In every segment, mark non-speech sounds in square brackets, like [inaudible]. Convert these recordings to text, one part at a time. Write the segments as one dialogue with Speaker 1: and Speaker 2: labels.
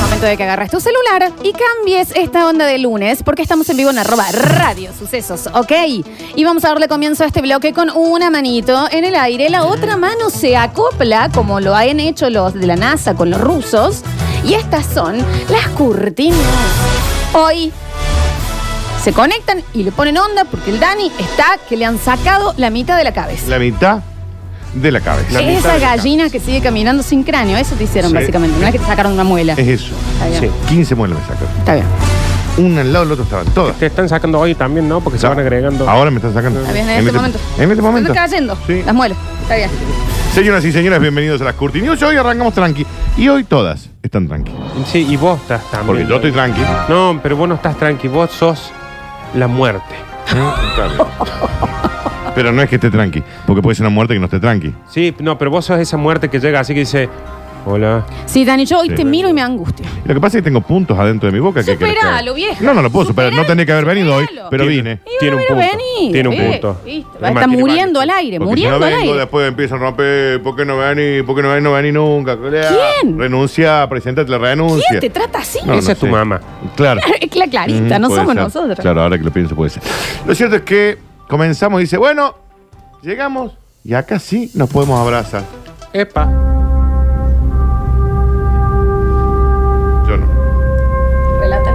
Speaker 1: Momento de que agarres tu celular y cambies esta onda de lunes, porque estamos en vivo en arroba radio sucesos, ¿ok? Y vamos a darle comienzo a este bloque con una manito en el aire, la otra mano se acopla, como lo han hecho los de la NASA con los rusos, y estas son las curtinas. Hoy se conectan y le ponen onda porque el Dani está que le han sacado la mitad de la cabeza.
Speaker 2: La mitad de la cabeza. La mitad
Speaker 1: Esa
Speaker 2: de la
Speaker 1: gallina que sigue caminando sin cráneo, eso te hicieron
Speaker 2: Sí. Eh.
Speaker 1: básicamente, no es que te sacaron una muela.
Speaker 2: cabeza. Es eso.
Speaker 1: Está bien.
Speaker 2: Sí. 15 muelas me sacaron.
Speaker 1: Está bien.
Speaker 2: Una al lado del otro estaban todas.
Speaker 3: Te están sacando hoy también, ¿no? Porque se
Speaker 2: Ah.
Speaker 3: van agregando.
Speaker 2: Ahora me están sacando.
Speaker 1: Está bien, en, este momento.
Speaker 2: En este momento.
Speaker 1: Está cayendo.
Speaker 2: Sí.
Speaker 1: Las muelas. Está bien.
Speaker 2: Señoras y señores, bienvenidos a las Curti News. Hoy arrancamos tranqui. Y hoy todas están tranqui.
Speaker 3: Sí, y vos estás también.
Speaker 2: Porque yo estoy
Speaker 1: [laughs]
Speaker 2: tranqui.
Speaker 3: No, pero vos no estás tranqui, vos sos la muerte.
Speaker 2: Está bien. Pero no es que esté tranqui, porque puede ser una muerte que no esté tranqui.
Speaker 3: Sí, no, pero vos sos esa muerte que llega así que dice, hola.
Speaker 1: Sí, Dani, yo hoy
Speaker 2: Sí.
Speaker 1: te miro y me angustio.
Speaker 2: Y Lo que pasa es que tengo puntos adentro de mi boca. que- que-
Speaker 1: Superalo, viejo.
Speaker 2: No, no lo puedo superar. No
Speaker 1: Superalo,
Speaker 2: tenía que haber venido hoy,
Speaker 1: superalo.
Speaker 2: pero
Speaker 3: Tiene-
Speaker 2: vine.
Speaker 3: Tiene un
Speaker 1: Pero
Speaker 3: punto.
Speaker 1: vení,
Speaker 3: Tiene un
Speaker 1: eh,
Speaker 3: punto.
Speaker 1: viste,
Speaker 3: Además,
Speaker 1: Está
Speaker 3: tiene
Speaker 1: muriendo al
Speaker 3: varios.
Speaker 1: aire,
Speaker 2: Porque si no
Speaker 1: muriendo al
Speaker 2: vengo,
Speaker 1: aire.
Speaker 2: después empiezan a romper, ¿por qué no vení? ¿Por qué no vení? No vení nunca.
Speaker 1: ¿Quién?
Speaker 2: Renuncia, preséntate la renuncia.
Speaker 1: ¿Quién te trata así?
Speaker 2: No, no
Speaker 3: Esa es tu
Speaker 2: sé.
Speaker 3: mamá.
Speaker 2: Claro.
Speaker 1: [laughs] Es la clarita,
Speaker 2: Mm,
Speaker 1: no
Speaker 2: puede
Speaker 1: somos
Speaker 2: ser.
Speaker 1: nosotros.
Speaker 2: Claro, ahora que lo pienso puede ser. Lo cierto es que comenzamos y dice, bueno, llegamos y acá sí nos podemos abrazar.
Speaker 3: Epa.
Speaker 2: Yo no.
Speaker 1: Relata.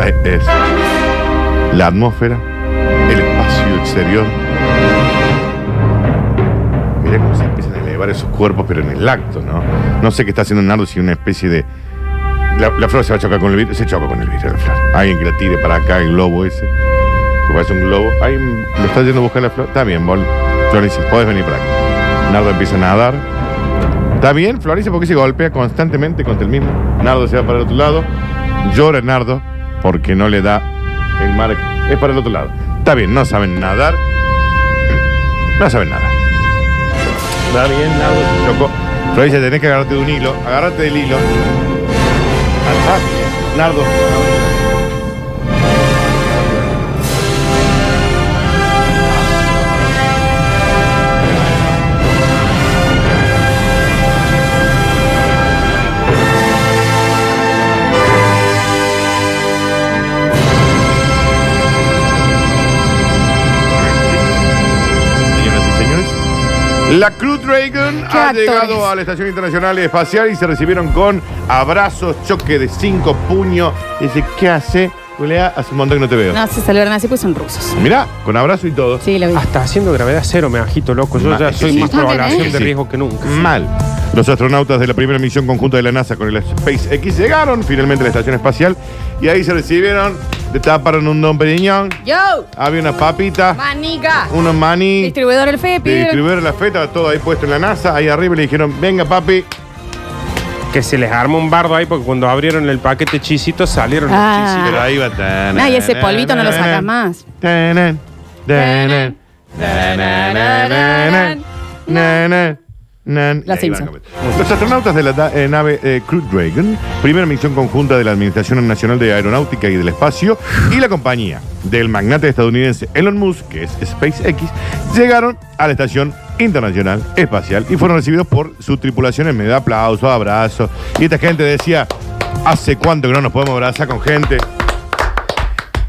Speaker 2: Ahí es. La atmósfera, el espacio exterior. Mira cómo se empiezan a elevar esos cuerpos, pero en el acto, ¿no? No sé qué está haciendo Nardo, si una especie de... La, la flor se va a chocar con el vidrio, se choca con el vidrio la flor. Alguien que la tire para acá, el globo ese. Que parece un globo. Ahí le está yendo a buscar la flor. Está bien, Bol. Florencia, podés venir para acá. Nardo empieza a nadar. Está bien, Florencia, porque se golpea constantemente contra el mismo. Nardo se va para el otro lado. Llora Nardo porque no le da el mar. Es para el otro lado. Está bien, no saben nadar. No saben nadar.
Speaker 3: Está bien, Laura.
Speaker 2: Choco. Florencia, tenés que agarrarte de un hilo. Agarrate del hilo. Alzá, Nardo. Señoras y señores, la Crew Dragon
Speaker 1: ¿Qué
Speaker 2: ha
Speaker 1: actores?
Speaker 2: llegado a la Estación Internacional Espacial y se recibieron con abrazos, choque de cinco puños. Dice, ¿qué hace? Julea, hace un montón que no te veo.
Speaker 1: No, se celebran así pues son rusos.
Speaker 2: Mirá, con abrazo y todo.
Speaker 1: Sí, lo vi.
Speaker 3: Hasta haciendo gravedad cero me agito, loco. Yo
Speaker 2: Ma-
Speaker 3: ya
Speaker 2: es que
Speaker 3: soy
Speaker 2: sí.
Speaker 3: más
Speaker 1: Está bien,
Speaker 3: población
Speaker 1: ¿eh?
Speaker 3: de
Speaker 2: Sí.
Speaker 3: riesgo que nunca.
Speaker 2: Mal. Los astronautas de la primera misión conjunta de la NASA con el SpaceX llegaron finalmente a la estación espacial y ahí se recibieron, le taparon un don periñón,
Speaker 1: Yo,
Speaker 2: había una papita,
Speaker 1: manica.
Speaker 2: unos maní,
Speaker 1: Distribuidor el FEPI.
Speaker 2: le distribuyeron la feta, todo ahí puesto en la NASA, ahí arriba le dijeron, venga papi,
Speaker 3: Que se les armó un bardo ahí porque cuando abrieron el paquete chisito salieron
Speaker 1: Ah.
Speaker 3: los
Speaker 2: Pero ahí va. tan,
Speaker 1: Nah, y ese polvito no lo sacas
Speaker 2: tan,
Speaker 1: más.
Speaker 2: tan, tan, tan, tan, tan, tan.
Speaker 1: La
Speaker 2: Y ahí va
Speaker 1: Simpson.
Speaker 2: el- Los astronautas de la da- eh, nave eh, Crew Dragon, primera misión conjunta de la Administración Nacional de Aeronáutica y del Espacio y la compañía del magnate estadounidense Elon Musk, que es SpaceX, llegaron a la Estación Internacional Espacial y fueron recibidos por su tripulación en medio de aplausos, abrazos. Y esta gente decía, ¿hace cuánto que no nos podemos abrazar con gente?
Speaker 3: chisis.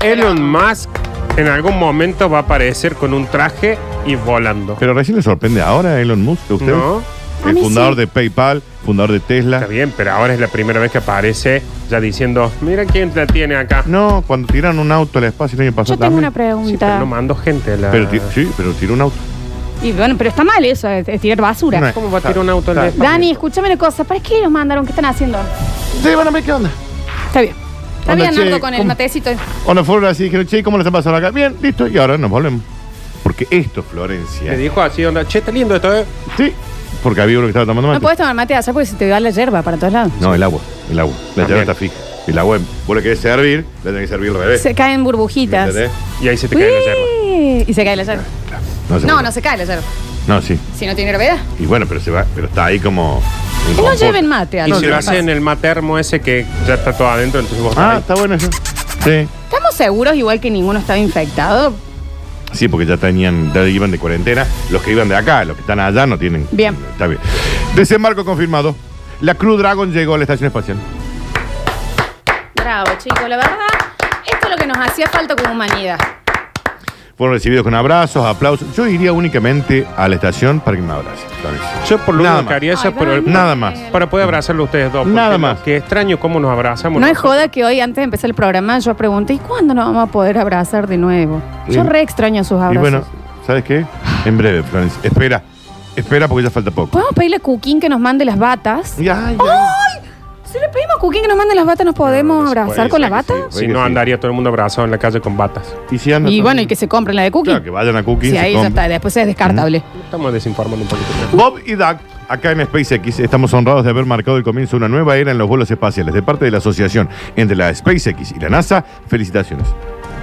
Speaker 3: Elon Musk en algún momento va a aparecer con un traje y volando.
Speaker 2: Pero recién le sorprende ahora Elon Musk, ¿a usted?
Speaker 3: No.
Speaker 1: A
Speaker 2: El
Speaker 1: mí
Speaker 2: fundador
Speaker 1: sí.
Speaker 2: de PayPal, fundador de
Speaker 3: Está
Speaker 2: Tesla.
Speaker 3: bien, pero ahora es la primera vez que aparece ya diciendo, mira quién la tiene acá.
Speaker 2: No, cuando tiraron un auto al espacio el año pasado
Speaker 1: Yo tengo una
Speaker 2: también.
Speaker 3: Sí, pero
Speaker 1: pregunta.
Speaker 3: no mando gente a la...
Speaker 2: Pero ti- sí, pero tiró un auto.
Speaker 1: y bueno, pero está mal eso, es, es tirar basura.
Speaker 2: No es.
Speaker 3: ¿Cómo va a tirar un auto al
Speaker 2: Está-
Speaker 3: espacio?
Speaker 1: Dani, escúchame una cosa. ¿Para qué los mandaron? ¿Qué están haciendo?
Speaker 2: Sí, van a ver qué onda.
Speaker 1: Está bien. Está
Speaker 2: Onda,
Speaker 1: bien,
Speaker 2: che,
Speaker 1: Nardo, con el
Speaker 2: ¿cómo?
Speaker 1: matecito.
Speaker 2: Onda fueron así, dijeron, che, ¿cómo le están pasando acá? Bien, listo, y ahora nos volvemos. Porque esto, Florencia.
Speaker 3: Le dijo así, onda, che, está lindo esto, ¿eh?
Speaker 2: Sí, porque había uno que estaba tomando
Speaker 1: No
Speaker 2: mate.
Speaker 1: puedes tomar mate de allá porque se te da la yerba para todos lados.
Speaker 2: No, el agua, el agua. La llave
Speaker 3: También.
Speaker 2: está fija. Y la web, vos le querés servir, la tenés que servir al revés.
Speaker 1: Se caen burbujitas.
Speaker 2: ¿Entendés?
Speaker 3: Y ahí se te cae la yerba.
Speaker 1: Uy, Y se cae la yerba.
Speaker 2: se
Speaker 1: No,
Speaker 2: puede.
Speaker 1: no se cae la yerba.
Speaker 2: No, sí.
Speaker 1: Si no tiene gravedad.
Speaker 2: Y bueno, pero se va, pero está ahí como.
Speaker 1: Que no lleven mate a
Speaker 3: Y
Speaker 1: los
Speaker 3: si lo
Speaker 1: demás.
Speaker 3: hacen en el matermo ese que ya está todo adentro, entonces vos
Speaker 2: Ah,
Speaker 3: ahí.
Speaker 2: está bueno eso. Sí.
Speaker 1: ¿Estamos seguros igual que ninguno estaba infectado?
Speaker 2: Sí, porque ya tenían, ya iban de cuarentena. Los que iban de acá, los que están allá no tienen.
Speaker 1: Bien.
Speaker 2: Está bien. Desembarco confirmado. La Crew Dragon llegó a la estación espacial.
Speaker 1: Bravo, chicos, la verdad, esto es lo que nos hacía falta como humanidad.
Speaker 2: Fueron recibidos con abrazos, aplausos. Yo iría únicamente a la estación para que me abracen. ¿sabes?
Speaker 3: Yo por lo
Speaker 2: Nada
Speaker 3: menos
Speaker 2: más.
Speaker 3: haría eso,
Speaker 1: Ay,
Speaker 3: pero
Speaker 1: Daniel.
Speaker 2: Nada más.
Speaker 3: para poder abrazarlo ustedes dos. porque
Speaker 2: Nada
Speaker 3: lo
Speaker 2: más.
Speaker 3: Que extraño cómo nos abrazamos.
Speaker 1: No es
Speaker 3: nosotros.
Speaker 1: joda que hoy, antes de empezar el programa, yo pregunté, ¿y cuándo nos vamos a poder abrazar de nuevo? Yo
Speaker 2: Y-
Speaker 1: re extraño sus abrazos.
Speaker 2: Y bueno, ¿sabes qué? En breve, Florencia. Espera, espera porque ya falta poco.
Speaker 1: ¿Podemos pedirle a Cuquín que nos mande las batas?
Speaker 2: Ya, ya.
Speaker 1: Si le pedimos a Cuquín que nos mande las batas, ¿nos podemos
Speaker 2: No, no se
Speaker 1: abrazar
Speaker 2: puede,
Speaker 1: con la
Speaker 2: sí que
Speaker 1: bata?
Speaker 2: sí.
Speaker 3: Si
Speaker 2: Oye,
Speaker 3: no,
Speaker 2: sí.
Speaker 3: andaría todo el mundo abrazado en la calle con batas.
Speaker 2: Y si andan
Speaker 1: Y
Speaker 2: también-
Speaker 1: bueno, y que se compren la de Cookie.
Speaker 2: Claro, que vayan a Cookie.
Speaker 1: sí,
Speaker 2: se
Speaker 1: ahí ya
Speaker 2: compren.
Speaker 1: está, después es descartable.
Speaker 3: Estamos desinformando un poquito.
Speaker 2: Bob y Doug, acá en SpaceX, estamos honrados de haber marcado el comienzo de una nueva era en los vuelos espaciales. De parte de la asociación entre la SpaceX y la NASA, felicitaciones.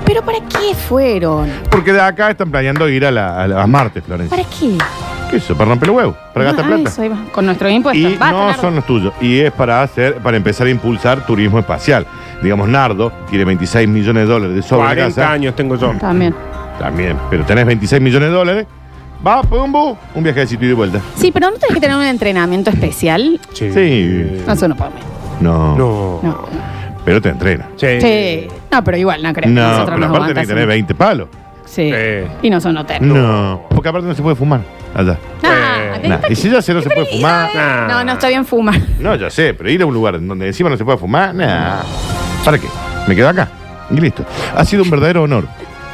Speaker 1: ¿Pero para qué fueron?
Speaker 2: Porque de acá están planeando ir a, la, a la- a Marte, Florencia.
Speaker 1: ¿Para qué?
Speaker 2: ¿Qué es eso? Para romper el huevo, para gastar
Speaker 1: Ah,
Speaker 2: plata.
Speaker 1: eso, ahí va. Con nuestros impuestos.
Speaker 2: Y
Speaker 1: Basta,
Speaker 2: no
Speaker 1: Nardo.
Speaker 2: son los tuyos. Y es para hacer, para empezar a impulsar turismo espacial. Digamos, Nardo tiene 26 millones de dólares de sobre la
Speaker 3: 40
Speaker 2: casa.
Speaker 3: años tengo yo.
Speaker 1: También.
Speaker 2: También, pero tenés 26 millones de dólares. Va, pum, bu, un viajecito y de vuelta.
Speaker 1: Sí, pero no tenés que tener un entrenamiento especial.
Speaker 2: Sí.
Speaker 1: No, eso no para mí.
Speaker 2: No,
Speaker 3: No.
Speaker 1: No.
Speaker 2: pero te entrena.
Speaker 3: Sí.
Speaker 1: Sí. No, pero igual, no creo.
Speaker 2: Eh, No,
Speaker 1: Nosotros
Speaker 2: pero
Speaker 1: nos
Speaker 2: aparte tenés que
Speaker 1: aguantamos.
Speaker 2: tener 20 palos.
Speaker 1: Sí.
Speaker 3: Eh.
Speaker 1: Y no son hoteles. Ah,
Speaker 2: No. Porque aparte no se puede fumar allá. eh.
Speaker 1: Nah,
Speaker 3: Eh,
Speaker 1: ¿de-
Speaker 2: Nah, Y si ya se no se puede fumar.
Speaker 3: Nah.
Speaker 1: No, no está bien fumar.
Speaker 2: No, ya sé, pero ir a un lugar en donde encima no se puede fumar, nada. ¿Para qué? Me quedo acá. Y listo. Ha sido un verdadero honor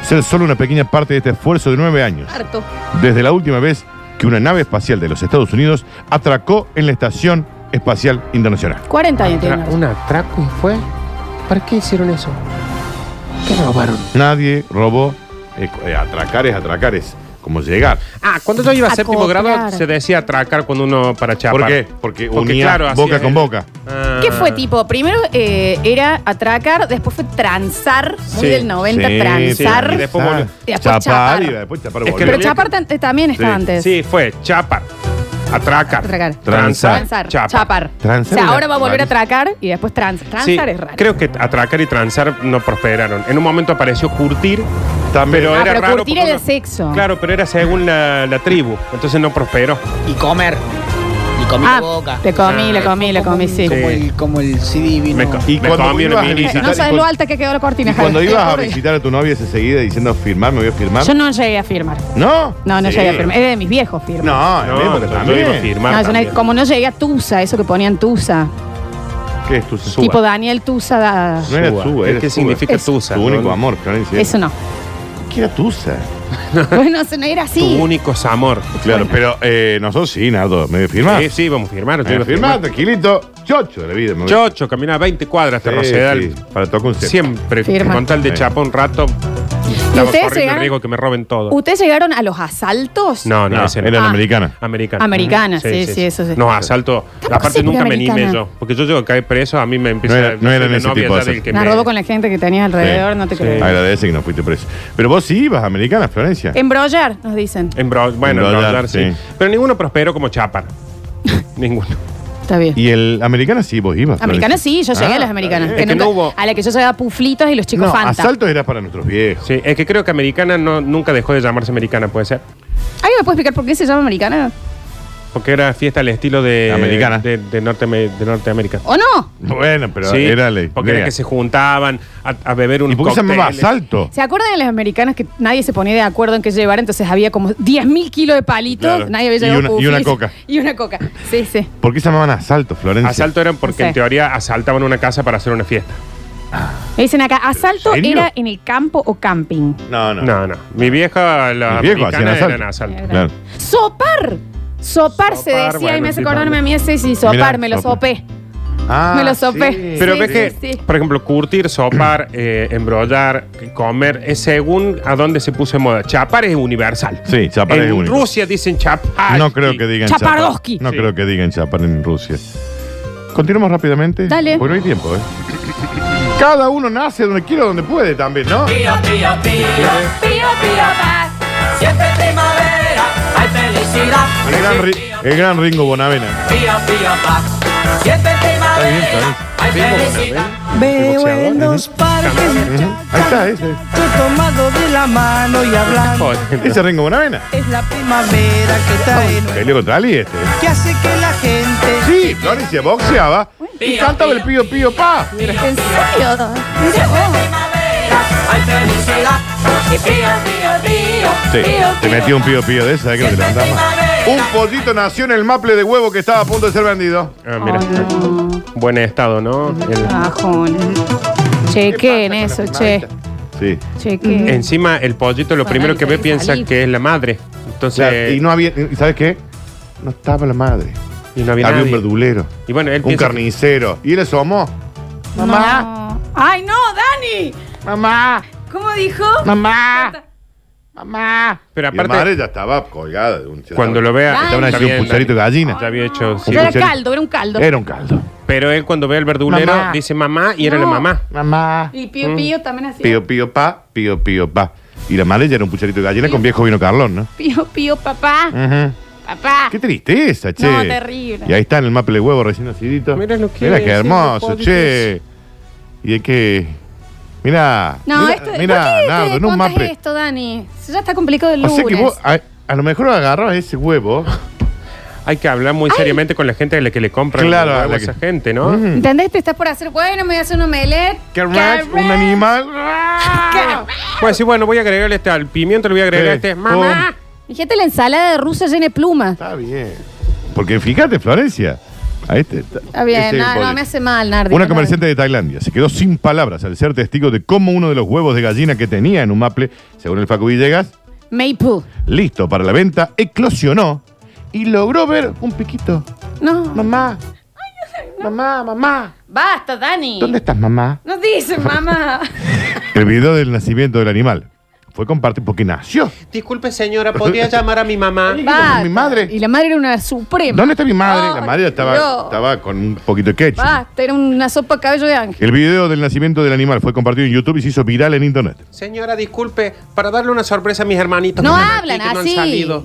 Speaker 2: ser solo una pequeña parte de este esfuerzo de nueve años.
Speaker 1: Harto.
Speaker 2: Desde la última vez que una nave espacial de los Estados Unidos atracó en la Estación Espacial Internacional.
Speaker 1: 40
Speaker 2: Ah,
Speaker 1: años tiene.
Speaker 3: Tra- ¿Un atraco fue? ¿Para qué hicieron eso? ¿Qué robaron?
Speaker 2: Nadie robó. Eh, eh, atracar es atracar, es como llegar.
Speaker 3: Ah, cuando yo iba a séptimo
Speaker 1: Acoplar.
Speaker 3: grado se decía atracar cuando uno para chapar.
Speaker 2: ¿Por qué? Porque unía boca
Speaker 3: hacía-
Speaker 2: con boca.
Speaker 3: Ah.
Speaker 1: ¿Qué fue tipo? Primero eh, era atracar, después fue transar, muy
Speaker 3: Sí,
Speaker 1: del 90,
Speaker 2: Sí,
Speaker 1: transar. Ah.
Speaker 2: sí,
Speaker 3: y después volvió.
Speaker 1: Y después chapar.
Speaker 2: y después chapar
Speaker 3: Es que
Speaker 2: volvió.
Speaker 1: Pero chapar tan- eh, también estaba
Speaker 2: Sí.
Speaker 1: antes.
Speaker 3: Sí, fue chapar, atracar,
Speaker 1: Atracar.
Speaker 2: Transar.
Speaker 1: Transar,
Speaker 3: chapar.
Speaker 1: chapar.
Speaker 2: Transar
Speaker 1: o sea,
Speaker 2: era
Speaker 1: ahora va a volver a
Speaker 2: rarísimo.
Speaker 1: atracar y después trans. Transar
Speaker 3: Sí,
Speaker 1: es raro.
Speaker 3: Creo que atracar y transar no prosperaron. En un momento apareció curtir,
Speaker 2: También.
Speaker 3: pero
Speaker 1: Ah,
Speaker 3: era
Speaker 1: pero
Speaker 3: raro.
Speaker 1: curtir
Speaker 3: porque
Speaker 1: era
Speaker 3: uno-
Speaker 1: sexo.
Speaker 3: Claro, pero era según la, la tribu, entonces no prosperó.
Speaker 4: y comer. Y comí
Speaker 1: Ah,
Speaker 4: la boca.
Speaker 1: te comí, le
Speaker 3: Ah,
Speaker 1: comí, le
Speaker 4: Como
Speaker 1: comí,
Speaker 4: el-
Speaker 1: sí.
Speaker 4: Como
Speaker 3: Sí.
Speaker 4: el, como el CD vino.
Speaker 3: Me, co-
Speaker 2: Y
Speaker 3: me
Speaker 2: cuando
Speaker 3: comí una
Speaker 2: ibas a
Speaker 3: minita.
Speaker 2: visitar-
Speaker 1: No sabes
Speaker 2: y
Speaker 1: lo
Speaker 2: cu-
Speaker 1: alta que quedó la cortina,
Speaker 2: Y cuando
Speaker 1: Javier.
Speaker 2: ibas a
Speaker 1: Horrible.
Speaker 2: visitar a tu novia ese seguida diciendo firmar, me voy a firmar.
Speaker 1: Yo no llegué a firmar.
Speaker 2: ¿No?
Speaker 1: No, no
Speaker 2: Sí.
Speaker 1: llegué a firmar. Era de mis viejos firmar.
Speaker 2: No, en
Speaker 3: No,
Speaker 2: mi época
Speaker 3: yo
Speaker 2: también.
Speaker 3: iba a firmar
Speaker 1: No, yo no-
Speaker 3: también.
Speaker 1: como no llegué a Tusa, eso que ponían Tusa.
Speaker 2: ¿Qué es tu suba?
Speaker 1: Tipo Daniel Tusa. da-
Speaker 2: No era
Speaker 3: Suba.
Speaker 2: suba,
Speaker 3: ¿Qué-
Speaker 2: era
Speaker 3: ¿Qué
Speaker 2: suba.
Speaker 3: significa
Speaker 1: Es-
Speaker 3: tusa?
Speaker 2: Tu
Speaker 3: no?
Speaker 2: único amor, Florencia.
Speaker 1: Eso no.
Speaker 2: ¿Qué era tusa?
Speaker 1: bueno, eso no era
Speaker 3: Tu
Speaker 1: así.
Speaker 3: único amor.
Speaker 2: Claro, pero eh, nosotros sí, Nardo. Me voy a firmar.
Speaker 3: Sí, sí, vamos a
Speaker 2: me
Speaker 3: firmar.
Speaker 2: voy a firmar, tranquilito. Chocho de la vida. me voy a-
Speaker 3: Chocho, caminaba 20 cuadras hasta
Speaker 2: Sí,
Speaker 3: Rosedal.
Speaker 2: sí, Para tocar un set.
Speaker 3: Siempre,
Speaker 1: Firma.
Speaker 3: con tal de
Speaker 2: Sí.
Speaker 3: chapa un rato,
Speaker 1: ¿Y
Speaker 3: estaba
Speaker 1: ustedes
Speaker 3: corriendo el
Speaker 1: llegaron,
Speaker 3: riesgo que me roben todo.
Speaker 1: ¿Ustedes llegaron a los asaltos?
Speaker 3: No, no,
Speaker 2: No,
Speaker 3: ese no.
Speaker 2: era la
Speaker 1: Ah.
Speaker 2: americana.
Speaker 3: Americana.
Speaker 1: Americana, sí, sí, eso sí.
Speaker 3: No, asalto.
Speaker 1: Tampoco
Speaker 3: Aparte
Speaker 1: siempre
Speaker 3: nunca me animé
Speaker 1: americana.
Speaker 3: yo. Porque yo llego a caer preso, a mí me empieza
Speaker 2: No era- no eran
Speaker 3: la
Speaker 2: ese
Speaker 3: novia
Speaker 2: tipo de
Speaker 3: ya del
Speaker 2: asalto.
Speaker 3: que
Speaker 1: Una
Speaker 3: me-
Speaker 1: robo con la gente que tenías alrededor,
Speaker 2: Sí.
Speaker 1: no te
Speaker 3: Sí.
Speaker 1: creo.
Speaker 2: Agradece que no fuiste preso. Pero vos sí ibas a americana, Florencia.
Speaker 1: Eh. Embrollar, nos dicen.
Speaker 2: Eh,
Speaker 3: Embro- bueno,
Speaker 2: Embrollar,
Speaker 3: embrollar, sí.
Speaker 2: sí.
Speaker 3: Pero ninguno prosperó como Chapar. [laughs] ninguno.
Speaker 1: Está bien.
Speaker 2: Y el americana sí, vos ibas. Florencia.
Speaker 1: Americanas sí, yo llegué
Speaker 2: Ah,
Speaker 1: a las americanas.
Speaker 2: está
Speaker 1: que
Speaker 3: Es que
Speaker 1: nunca-
Speaker 3: no hubo-
Speaker 1: A la que yo llegaba puflitos y los chicos
Speaker 2: No,
Speaker 1: Fanta.
Speaker 2: asaltos era para nuestros viejos.
Speaker 3: Sí, es que creo que Americana no, nunca dejó de llamarse Americana, puede ser.
Speaker 1: ¿Alguien me puede explicar por qué se llama americana?
Speaker 3: Porque era fiesta al estilo de.
Speaker 2: Americana.
Speaker 3: De, de Norte, de Norteamérica.
Speaker 1: ¿O no?
Speaker 2: Bueno, pero
Speaker 3: Sí,
Speaker 2: era ley.
Speaker 3: Porque era que se juntaban a, a beber un
Speaker 2: ¿Y por qué se llamaba asalto?
Speaker 1: ¿Se acuerdan de las americanas que nadie se ponía de acuerdo en qué llevar? Entonces había como 10.000 kilos de palitos.
Speaker 2: Claro.
Speaker 1: Nadie había
Speaker 2: Y
Speaker 1: llevado
Speaker 2: una- y una
Speaker 1: puflis.
Speaker 2: coca.
Speaker 1: [laughs] Y una coca. Sí, sí.
Speaker 2: ¿Por qué se llamaban asalto, Florencia?
Speaker 3: Asalto eran porque
Speaker 1: No sé.
Speaker 3: en teoría asaltaban una casa para hacer una fiesta.
Speaker 1: Me dicen acá, ¿asalto
Speaker 2: ¿En serio?
Speaker 1: era en el campo o camping?
Speaker 2: No, no.
Speaker 3: No, no. Mi vieja, la
Speaker 2: Mis viejos
Speaker 3: americana,
Speaker 2: hacían
Speaker 3: eran asalto.
Speaker 2: Claro.
Speaker 1: ¡Sopar! Sopar se
Speaker 3: Sopar,
Speaker 1: decía y
Speaker 3: bueno,
Speaker 1: me hace
Speaker 3: sí,
Speaker 1: acordarme
Speaker 3: también.
Speaker 1: a mí ese sí, sopar,
Speaker 2: Mirá,
Speaker 1: me lo
Speaker 2: sopar.
Speaker 1: sopé.
Speaker 2: Ah,
Speaker 1: Me lo sopé.
Speaker 2: sí.
Speaker 3: Pero
Speaker 1: Sí,
Speaker 3: ves
Speaker 1: sí,
Speaker 3: que,
Speaker 1: sí.
Speaker 3: por ejemplo, curtir, sopar, eh, embrollar, comer, es según a dónde se puso en moda. Chapar es universal.
Speaker 2: Sí, chapar
Speaker 3: en
Speaker 2: es único.
Speaker 3: Rusia dicen chapar.
Speaker 2: No creo que digan
Speaker 1: Chapardoski.
Speaker 2: Chapar. No
Speaker 3: Sí.
Speaker 2: creo que digan Chapar en Rusia. Continuamos rápidamente.
Speaker 1: Dale.
Speaker 2: Porque no hay tiempo, ¿eh? Cada uno nace donde quiere, donde puede también, ¿no?
Speaker 5: Pío, pío, pío, pío, pío, paz. Siempre primavera, hay felicidad.
Speaker 2: El gran, Ri- el gran Ringo Bonavena.
Speaker 5: Pío, pío, paz. Siempre
Speaker 2: bien, está bien. ¿eh?
Speaker 5: primavera, hay
Speaker 3: Ringo
Speaker 5: felicidad.
Speaker 6: Veo
Speaker 3: boxeador,
Speaker 6: en
Speaker 3: ¿no?
Speaker 6: los parques
Speaker 2: Ahí está, ese.
Speaker 6: tú tomado de la mano y hablando.
Speaker 2: Ese Ringo Bonavena.
Speaker 6: Es la primavera que trae
Speaker 2: Peleó contra Ali este.
Speaker 6: que hace que la gente
Speaker 2: Sí, Florencia boxeaba y cantaba el pío pío pa.
Speaker 1: ¿En serio? Mira
Speaker 5: Siempre
Speaker 1: vos.
Speaker 5: primavera, hay felicidad. Y pío, pío, pío,
Speaker 2: Sí,
Speaker 5: pío,
Speaker 2: te
Speaker 5: pío,
Speaker 2: metió un pío pío de esa, ¿sabes que no te levantás más? Un pollito nació en el maple de huevo que estaba a punto de ser vendido.
Speaker 3: Ah, mira.
Speaker 1: Ay, Ah. no.
Speaker 3: Buen estado, ¿no? El-
Speaker 1: Bajones. Chequen
Speaker 2: ¿Qué
Speaker 1: eso,
Speaker 2: pasa con las
Speaker 1: che.
Speaker 2: primaveritas? Sí.
Speaker 1: Chequen.
Speaker 3: encima, el pollito lo
Speaker 1: Bueno,
Speaker 3: primero
Speaker 1: ahí
Speaker 3: que ve
Speaker 1: tenés
Speaker 3: piensa
Speaker 1: ahí.
Speaker 3: que es la madre. Entonces,
Speaker 2: Claro, y no había, ¿y ¿sabes qué? No estaba la madre.
Speaker 3: y no había,
Speaker 2: había un
Speaker 3: nadie.
Speaker 2: verdulero,
Speaker 3: Y bueno, él
Speaker 2: un
Speaker 3: piensa
Speaker 2: carnicero. Y él asomó.
Speaker 1: Mamá.
Speaker 7: ¡Ay, no, Dani!
Speaker 2: Mamá,
Speaker 7: ¿Cómo dijo?
Speaker 2: mamá, mamá.
Speaker 3: Pero
Speaker 2: Y la
Speaker 3: aparte-
Speaker 2: madre ya estaba colgada de un
Speaker 3: cuando lo vea,
Speaker 1: Ay.
Speaker 2: Estaban haciendo
Speaker 3: está
Speaker 2: un
Speaker 3: bien,
Speaker 2: pulserito de
Speaker 3: Ya
Speaker 2: gallina.
Speaker 3: había hecho. sí.
Speaker 1: Pero era
Speaker 2: funciona.
Speaker 1: caldo, era un caldo.
Speaker 2: Era un caldo.
Speaker 3: Pero él cuando ve al verdulero
Speaker 2: Mamá.
Speaker 3: dice mamá y era la mamá.
Speaker 2: Mamá.
Speaker 7: Y Pío Pío también hacía.
Speaker 2: Pío, pío, pa, pío, pío, pa. Y la madre ya era un pucherito de gallina con viejo vino Carlón, ¿no?
Speaker 7: Pío Pío, papá.
Speaker 2: Ujú.
Speaker 7: Papá.
Speaker 2: Mm. Qué tristeza, che.
Speaker 7: No, terrible.
Speaker 2: Y ahí está en el maple de huevo recién nacidito.
Speaker 3: Mirá lo que
Speaker 2: Mirá
Speaker 3: es,
Speaker 2: qué hermoso,
Speaker 3: el pollo
Speaker 2: che. Y es que. Mirá.
Speaker 1: No,
Speaker 2: mirá,
Speaker 1: esto
Speaker 2: mirá,
Speaker 1: ¿por qué te
Speaker 2: Nardo, en un
Speaker 1: contás
Speaker 2: maple.
Speaker 1: esto, Dani? Si Ya está complicado el
Speaker 2: O
Speaker 1: lunes.
Speaker 2: sea que vos, a, a lo mejor agarrás ese
Speaker 3: [laughs]
Speaker 2: huevo.
Speaker 3: Hay que hablar muy seriamente con la gente a la que le compran
Speaker 2: Claro,
Speaker 3: huevo
Speaker 2: a
Speaker 3: a
Speaker 2: la
Speaker 3: esa
Speaker 2: que-
Speaker 3: gente, ¿no?
Speaker 2: Mm.
Speaker 1: ¿Entendés? Te estás por hacer, bueno, me voy a hacer un omelette.
Speaker 2: Que ranch, un animal.
Speaker 3: Pues sí, bueno, voy a agregarle este al pimiento, le voy a agregar
Speaker 2: Sí,
Speaker 3: este. Mamá.
Speaker 1: Fíjate Ah. la ensalada de rusa llena de plumas.
Speaker 2: Está bien. Porque fíjate, Florencia. Ahí te-
Speaker 1: Está bien,
Speaker 2: ese
Speaker 1: no,
Speaker 2: pollo.
Speaker 1: no me hace mal, Nardi.
Speaker 2: Una comerciante de Tailandia se quedó sin palabras al ser testigo de cómo uno de los huevos de gallina que tenía en un maple, según el Facu Villegas,
Speaker 1: Maple.
Speaker 2: listo para la venta, eclosionó y logró ver un piquito.
Speaker 1: No.
Speaker 2: Mamá, mamá, mamá,
Speaker 7: Basta, Dani.
Speaker 2: ¿dónde estás, mamá?
Speaker 7: Nos
Speaker 2: [laughs]
Speaker 7: dicen, mamá.
Speaker 2: El video del nacimiento del animal fue compartido porque nació.
Speaker 4: Disculpe, señora,
Speaker 2: [laughs]
Speaker 4: ¿podría llamar a mi mamá?
Speaker 1: Basta.
Speaker 2: Mi madre.
Speaker 1: Y la madre era una suprema.
Speaker 2: ¿Dónde está mi madre? La
Speaker 1: Ay,
Speaker 2: madre estaba,
Speaker 1: no.
Speaker 2: estaba con un poquito de ketchup.
Speaker 1: Basta, era una sopa de cabello de ángel.
Speaker 2: El video del nacimiento del animal fue compartido en YouTube y se hizo viral en internet.
Speaker 4: Señora, disculpe, para darle una sorpresa a mis hermanitos.
Speaker 1: No
Speaker 4: que están aquí,
Speaker 1: hablan
Speaker 4: que no han
Speaker 1: así.
Speaker 4: salido.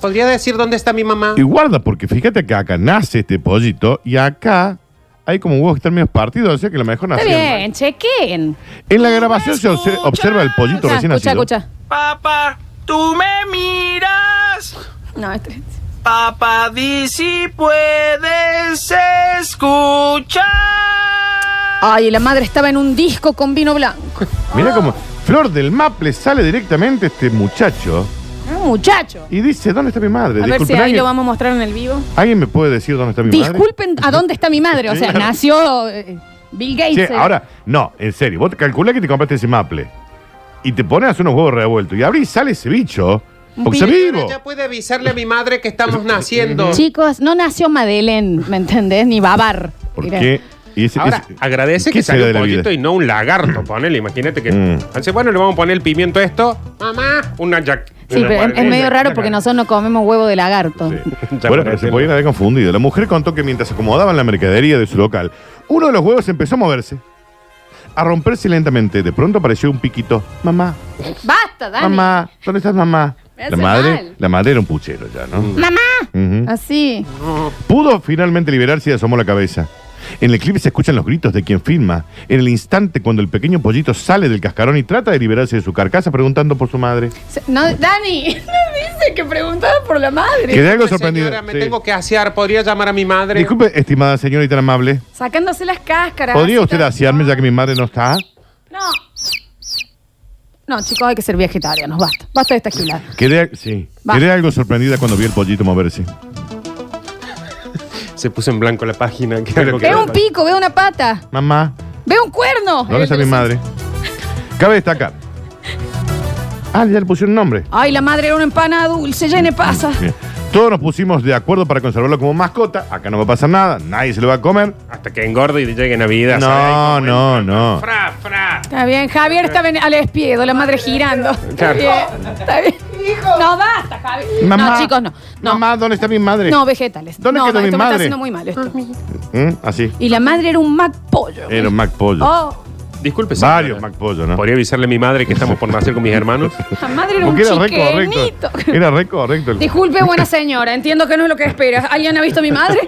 Speaker 4: ¿Podría decir dónde está mi mamá?
Speaker 2: Y guarda, porque fíjate que acá nace este pollito y acá hay como huevos que están medio partidos, o sea que la mejor
Speaker 1: Está
Speaker 2: nació.
Speaker 1: bien, chequen.
Speaker 2: En la grabación se obse- observa el pollito
Speaker 1: Escucha,
Speaker 2: recién
Speaker 1: escucha,
Speaker 2: nacido.
Speaker 1: escucha.
Speaker 8: Papá, tú me miras.
Speaker 1: No, este-
Speaker 8: Papá, di si puedes escuchar.
Speaker 1: Ay, la madre estaba en un disco con vino blanco.
Speaker 2: Mira como Flor del Maple sale directamente este muchacho
Speaker 1: Ah, Muchacho.
Speaker 2: y dice, ¿dónde está mi madre?
Speaker 1: A ver si
Speaker 2: Disculpen,
Speaker 1: ahí
Speaker 2: ¿alguien,
Speaker 1: lo vamos a mostrar en el vivo.
Speaker 2: alguien me puede decir dónde está mi madre?
Speaker 1: Disculpen, ¿a dónde está mi madre? O sea,
Speaker 2: Claro.
Speaker 1: nació eh, Bill Gates.
Speaker 2: Che,
Speaker 1: eh.
Speaker 2: ahora, no, en serio, vos calculás que te compraste ese Maple y te pones a hacer unos huevos revueltos y abrís, sale ese bicho porque está
Speaker 4: Señora,
Speaker 2: vivo.
Speaker 4: ya puede avisarle a mi madre que
Speaker 2: [laughs]
Speaker 4: estamos naciendo.
Speaker 1: Chicos, no nació Madeleine, ¿me entendés? Ni Babar.
Speaker 2: ¿Por
Speaker 1: Mirá.
Speaker 2: qué? Y ese-
Speaker 3: Ahora,
Speaker 2: ese-
Speaker 3: agradece
Speaker 2: ¿qué
Speaker 3: que
Speaker 2: será
Speaker 3: salió
Speaker 2: de
Speaker 3: un
Speaker 2: la vida?
Speaker 3: pollito y no un lagarto, ponele. Imagínate que.
Speaker 2: Mm.
Speaker 3: Dice, bueno, le vamos a poner el pimiento a esto. Mamá, una jack.
Speaker 1: Sí, pero es, es medio raro porque
Speaker 3: no
Speaker 1: nosotros no comemos huevo de lagarto.
Speaker 2: Sí.
Speaker 3: [laughs] Ya
Speaker 2: Bueno,
Speaker 3: parece,
Speaker 2: se
Speaker 3: ¿no?
Speaker 2: podían haber confundido. La mujer contó que mientras acomodaban la mercadería de su local, uno de los huevos empezó a moverse, a romperse lentamente. De pronto apareció un piquito. Mamá,
Speaker 1: Basta, Dani.
Speaker 2: mamá, ¿dónde estás, mamá?
Speaker 1: Me hace
Speaker 2: La madre,
Speaker 1: mal.
Speaker 2: la madre era un puchero ya, ¿no?
Speaker 1: Mamá.
Speaker 2: Ujú.
Speaker 1: Así.
Speaker 2: Pudo finalmente liberarse y asomó la cabeza. En el clip se escuchan los gritos de quien filma. En el instante cuando el pequeño pollito sale del cascarón y trata de liberarse de su carcasa preguntando por su madre.
Speaker 1: Se- No, Dani, [laughs] no dice que preguntaba por la madre.
Speaker 2: Quedé algo
Speaker 4: Disculpe,
Speaker 2: sorprendido.
Speaker 4: Pues, Señora, me
Speaker 2: Sí.
Speaker 4: tengo que asear. ¿Podría llamar a mi madre?
Speaker 2: Disculpe, estimada señora y tan amable.
Speaker 7: Sacándose las cáscaras.
Speaker 2: ¿Podría
Speaker 7: así
Speaker 2: usted
Speaker 7: todo.
Speaker 2: asearme ya que mi madre no está?
Speaker 7: No.
Speaker 1: No, chicos, hay que ser vegetarianos. Basta. Basta de esta gilada.
Speaker 2: Quedé, sí.
Speaker 1: Va.
Speaker 2: Quedé algo sorprendida cuando vi el pollito moverse.
Speaker 3: Se puso en blanco la página. que algo que
Speaker 1: Veo
Speaker 3: no-
Speaker 1: un pico, veo una pata,
Speaker 2: Mamá,
Speaker 1: veo un cuerno. Eh,
Speaker 2: ¿dónde está mi madre? Cabe destacar. Ah, ya le pusieron nombre.
Speaker 1: Ay, la madre era una empanada dulce, llena de pasas.
Speaker 2: [laughs] Bien. Todos nos pusimos de acuerdo para conservarlo como mascota. Acá no va a pasar nada, nadie se lo va a comer.
Speaker 3: Hasta que engorde y llegue Navidad.
Speaker 2: No,
Speaker 3: ¿sabes?
Speaker 2: no, no.
Speaker 3: Fra, fra.
Speaker 1: Está bien, Javier está ven- al despiedo, la madre girando. Está
Speaker 3: Claro.
Speaker 1: bien, está bien. No, basta, Javier.
Speaker 2: Mamá,
Speaker 1: no, chicos, no. No,
Speaker 2: Mamá, ¿dónde está mi madre?
Speaker 1: no vegetales.
Speaker 2: ¿Dónde
Speaker 1: no,
Speaker 2: quedó
Speaker 1: no,
Speaker 2: mi
Speaker 1: esto
Speaker 2: madre?
Speaker 1: Me está haciendo muy mal esto.
Speaker 2: ¿Mm? Así.
Speaker 1: Y la madre era un Mac pollo.
Speaker 2: Era un Mac Pollo.
Speaker 1: Oh,
Speaker 3: Disculpe, señora.
Speaker 2: Varios MacPollo, ¿no?
Speaker 3: Podría avisarle a mi madre que estamos por nacer con mis hermanos.
Speaker 7: La madre era un
Speaker 2: Porque era re
Speaker 7: chiquenito.
Speaker 2: correcto. Era re correcto. el-
Speaker 1: Disculpe, buena señora, entiendo que no es lo que esperas. ¿Alguien ha visto a mi madre?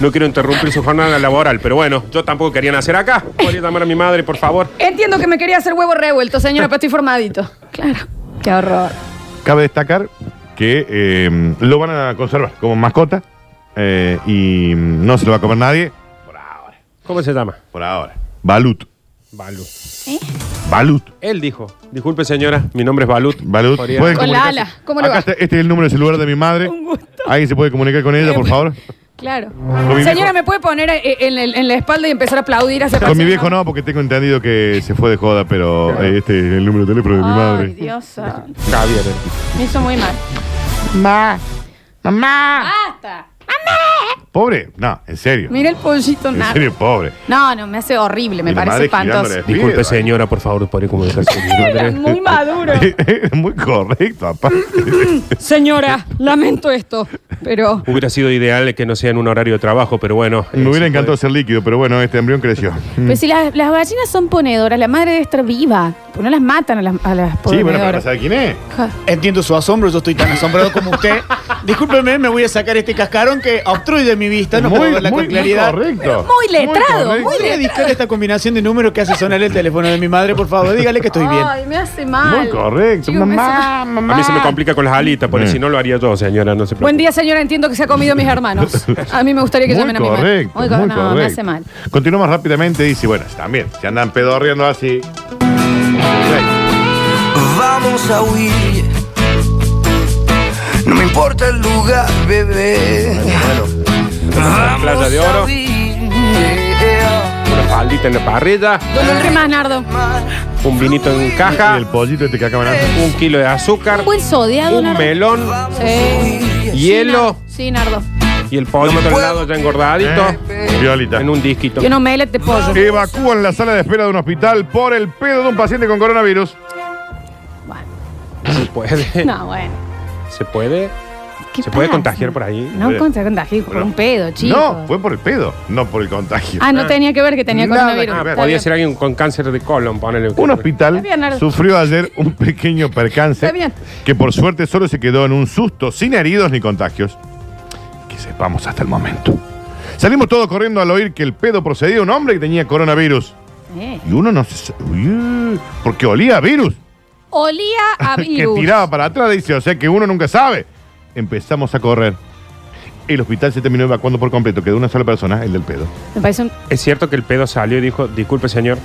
Speaker 3: No quiero interrumpir su jornada laboral, pero bueno, yo tampoco quería nacer acá. Podría llamar a mi madre, por favor.
Speaker 1: Entiendo que me quería hacer huevo revuelto, señora, pero estoy formadito. Claro. Qué horror.
Speaker 2: Cabe destacar que eh, lo van a conservar como mascota eh, y mm, no se lo va a comer nadie
Speaker 3: ¿Cómo se llama?
Speaker 2: por ahora. Balut.
Speaker 3: Balut.
Speaker 2: Balut.
Speaker 3: Él dijo. Disculpe, señora, mi nombre es Balut.
Speaker 2: Balut.
Speaker 3: Podría-
Speaker 2: ¿Pueden
Speaker 1: Con la
Speaker 2: comunicarse?
Speaker 1: ala. ¿Cómo le
Speaker 2: Acá
Speaker 1: va?
Speaker 2: está, este es el número de celular de mi madre.
Speaker 1: Un gusto.
Speaker 2: Alguien se puede comunicar con ella,
Speaker 1: [laughs]
Speaker 2: por favor.
Speaker 1: Claro.
Speaker 2: mi
Speaker 1: Señora,
Speaker 2: viejo.
Speaker 1: ¿me puede poner eh, en, el- en la espalda y empezar a aplaudir? hacia
Speaker 2: Con mi viejo no, porque tengo entendido que se fue de joda, pero eh, este es el número de teléfono de mi
Speaker 7: Ay,
Speaker 2: madre.
Speaker 7: Dios santo.
Speaker 3: Javier.
Speaker 9: eh.
Speaker 7: Me hizo muy mal.
Speaker 2: Ma. Mamá.
Speaker 7: ¡Basta!
Speaker 2: ¿Pobre? No, en serio.
Speaker 1: Mira el pollito
Speaker 2: En
Speaker 1: nada.
Speaker 2: serio, pobre.
Speaker 1: No, no, me hace horrible, me
Speaker 2: Y la
Speaker 1: parece
Speaker 2: madre ¿eh?
Speaker 1: espantoso.
Speaker 2: girándole.
Speaker 3: Disculpe,
Speaker 2: Mira.
Speaker 3: señora, por favor, podría comunicarse con mi
Speaker 7: Era
Speaker 3: madre.
Speaker 7: muy maduro.
Speaker 2: [laughs] Muy correcto, papá.
Speaker 1: Señora, lamento esto, pero.
Speaker 3: Hubiera sido ideal que no sea en un horario de trabajo, pero bueno.
Speaker 2: Me
Speaker 3: eh,
Speaker 2: hubiera
Speaker 3: se
Speaker 2: encantado ser líquido, pero bueno, este embrión creció.
Speaker 1: Pero pues si las, las gallinas son ponedoras, la madre debe estar viva. Pues no las matan a las, a las
Speaker 2: Sí, bueno, pero no
Speaker 1: ponedoras.
Speaker 2: sabe quién es.
Speaker 1: Ja.
Speaker 9: Entiendo su asombro, yo estoy tan asombrado
Speaker 6: [laughs]
Speaker 9: como usted. Discúlpeme, me voy a sacar este cascarón que obstruye mi vista, no puedo verla con claridad.
Speaker 2: correcto.
Speaker 1: muy letrado,
Speaker 2: correcto.
Speaker 1: muy
Speaker 9: ¿Podría discar esta combinación de números que hace sonar el teléfono de mi madre, por favor? Dígale que estoy bien.
Speaker 1: Ay, me hace mal.
Speaker 2: Muy correcto.
Speaker 1: Chico, me hace mal.
Speaker 2: Mamá,
Speaker 3: puede-
Speaker 2: mamá.
Speaker 3: A mí se me complica con las alitas, porque
Speaker 2: Mm.
Speaker 3: si no lo haría yo, señora, no se preocupe.
Speaker 1: Buen día, señora. Entiendo que se ha comido a mis hermanos. A mí me gustaría que
Speaker 2: Muy
Speaker 1: llamen a mi madre.
Speaker 2: correcto,
Speaker 1: Muy
Speaker 2: muy
Speaker 1: co- no,
Speaker 2: correcto.
Speaker 1: me hace mal.
Speaker 2: Continuamos rápidamente. Dice, bueno, también, se andan pedorreando así.
Speaker 10: Vamos a huir. No me importa el lugar, bebé. Vamos
Speaker 3: Playa de
Speaker 10: a
Speaker 3: oro,
Speaker 10: huir.
Speaker 3: una faldita en la parrilla,
Speaker 1: ¿Dónde entré más, Nardo?
Speaker 3: un vinito en
Speaker 2: Y
Speaker 3: caja,
Speaker 2: el pollito este que acaba de nacer.
Speaker 3: un kilo de azúcar,
Speaker 1: Un buen sodiado,
Speaker 3: un
Speaker 1: Nardo.
Speaker 3: melón,
Speaker 1: Sí.
Speaker 3: hielo
Speaker 1: Sí, Nardo.
Speaker 3: y el pollito al
Speaker 10: puedo-
Speaker 3: lado ya engordadito
Speaker 2: Eh, Violita.
Speaker 3: en un disquito.
Speaker 1: Y un omelette de pollo.
Speaker 2: Evacúan la sala de espera de un hospital por el pedo de un paciente con coronavirus.
Speaker 3: Se puede,
Speaker 1: No, bueno.
Speaker 3: se puede,
Speaker 1: ¿Qué
Speaker 3: se puede
Speaker 1: pasa?
Speaker 3: contagiar por ahí.
Speaker 1: No,
Speaker 2: Bueno.
Speaker 1: con- se contagió por un pedo, chico.
Speaker 2: No, fue por el pedo, no por el contagio.
Speaker 1: Ah, no tenía que ver que tenía
Speaker 2: Nada
Speaker 1: coronavirus.
Speaker 3: Ah,
Speaker 1: Está
Speaker 3: podía
Speaker 1: bien.
Speaker 3: ser alguien con cáncer de colon, ponele.
Speaker 2: Un
Speaker 1: Está
Speaker 2: hospital
Speaker 1: bien, Nardo.
Speaker 2: sufrió ayer un pequeño percance
Speaker 1: Está bien.
Speaker 2: que por suerte solo se quedó en un susto, sin heridos ni contagios. Que sepamos hasta el momento. Salimos todos corriendo al oír que el pedo procedía de un hombre que tenía coronavirus.
Speaker 1: Eh.
Speaker 2: Y uno no se... Uy, porque olía a virus.
Speaker 1: Olía a
Speaker 2: que
Speaker 1: virus.
Speaker 2: tiraba para atrás, dice, o sea que uno nunca sabe. Empezamos a correr. El hospital se terminó evacuando por completo, quedó una sola persona, el del pedo.
Speaker 1: Me parece un.
Speaker 3: Es cierto que el pedo salió y dijo, disculpe señor,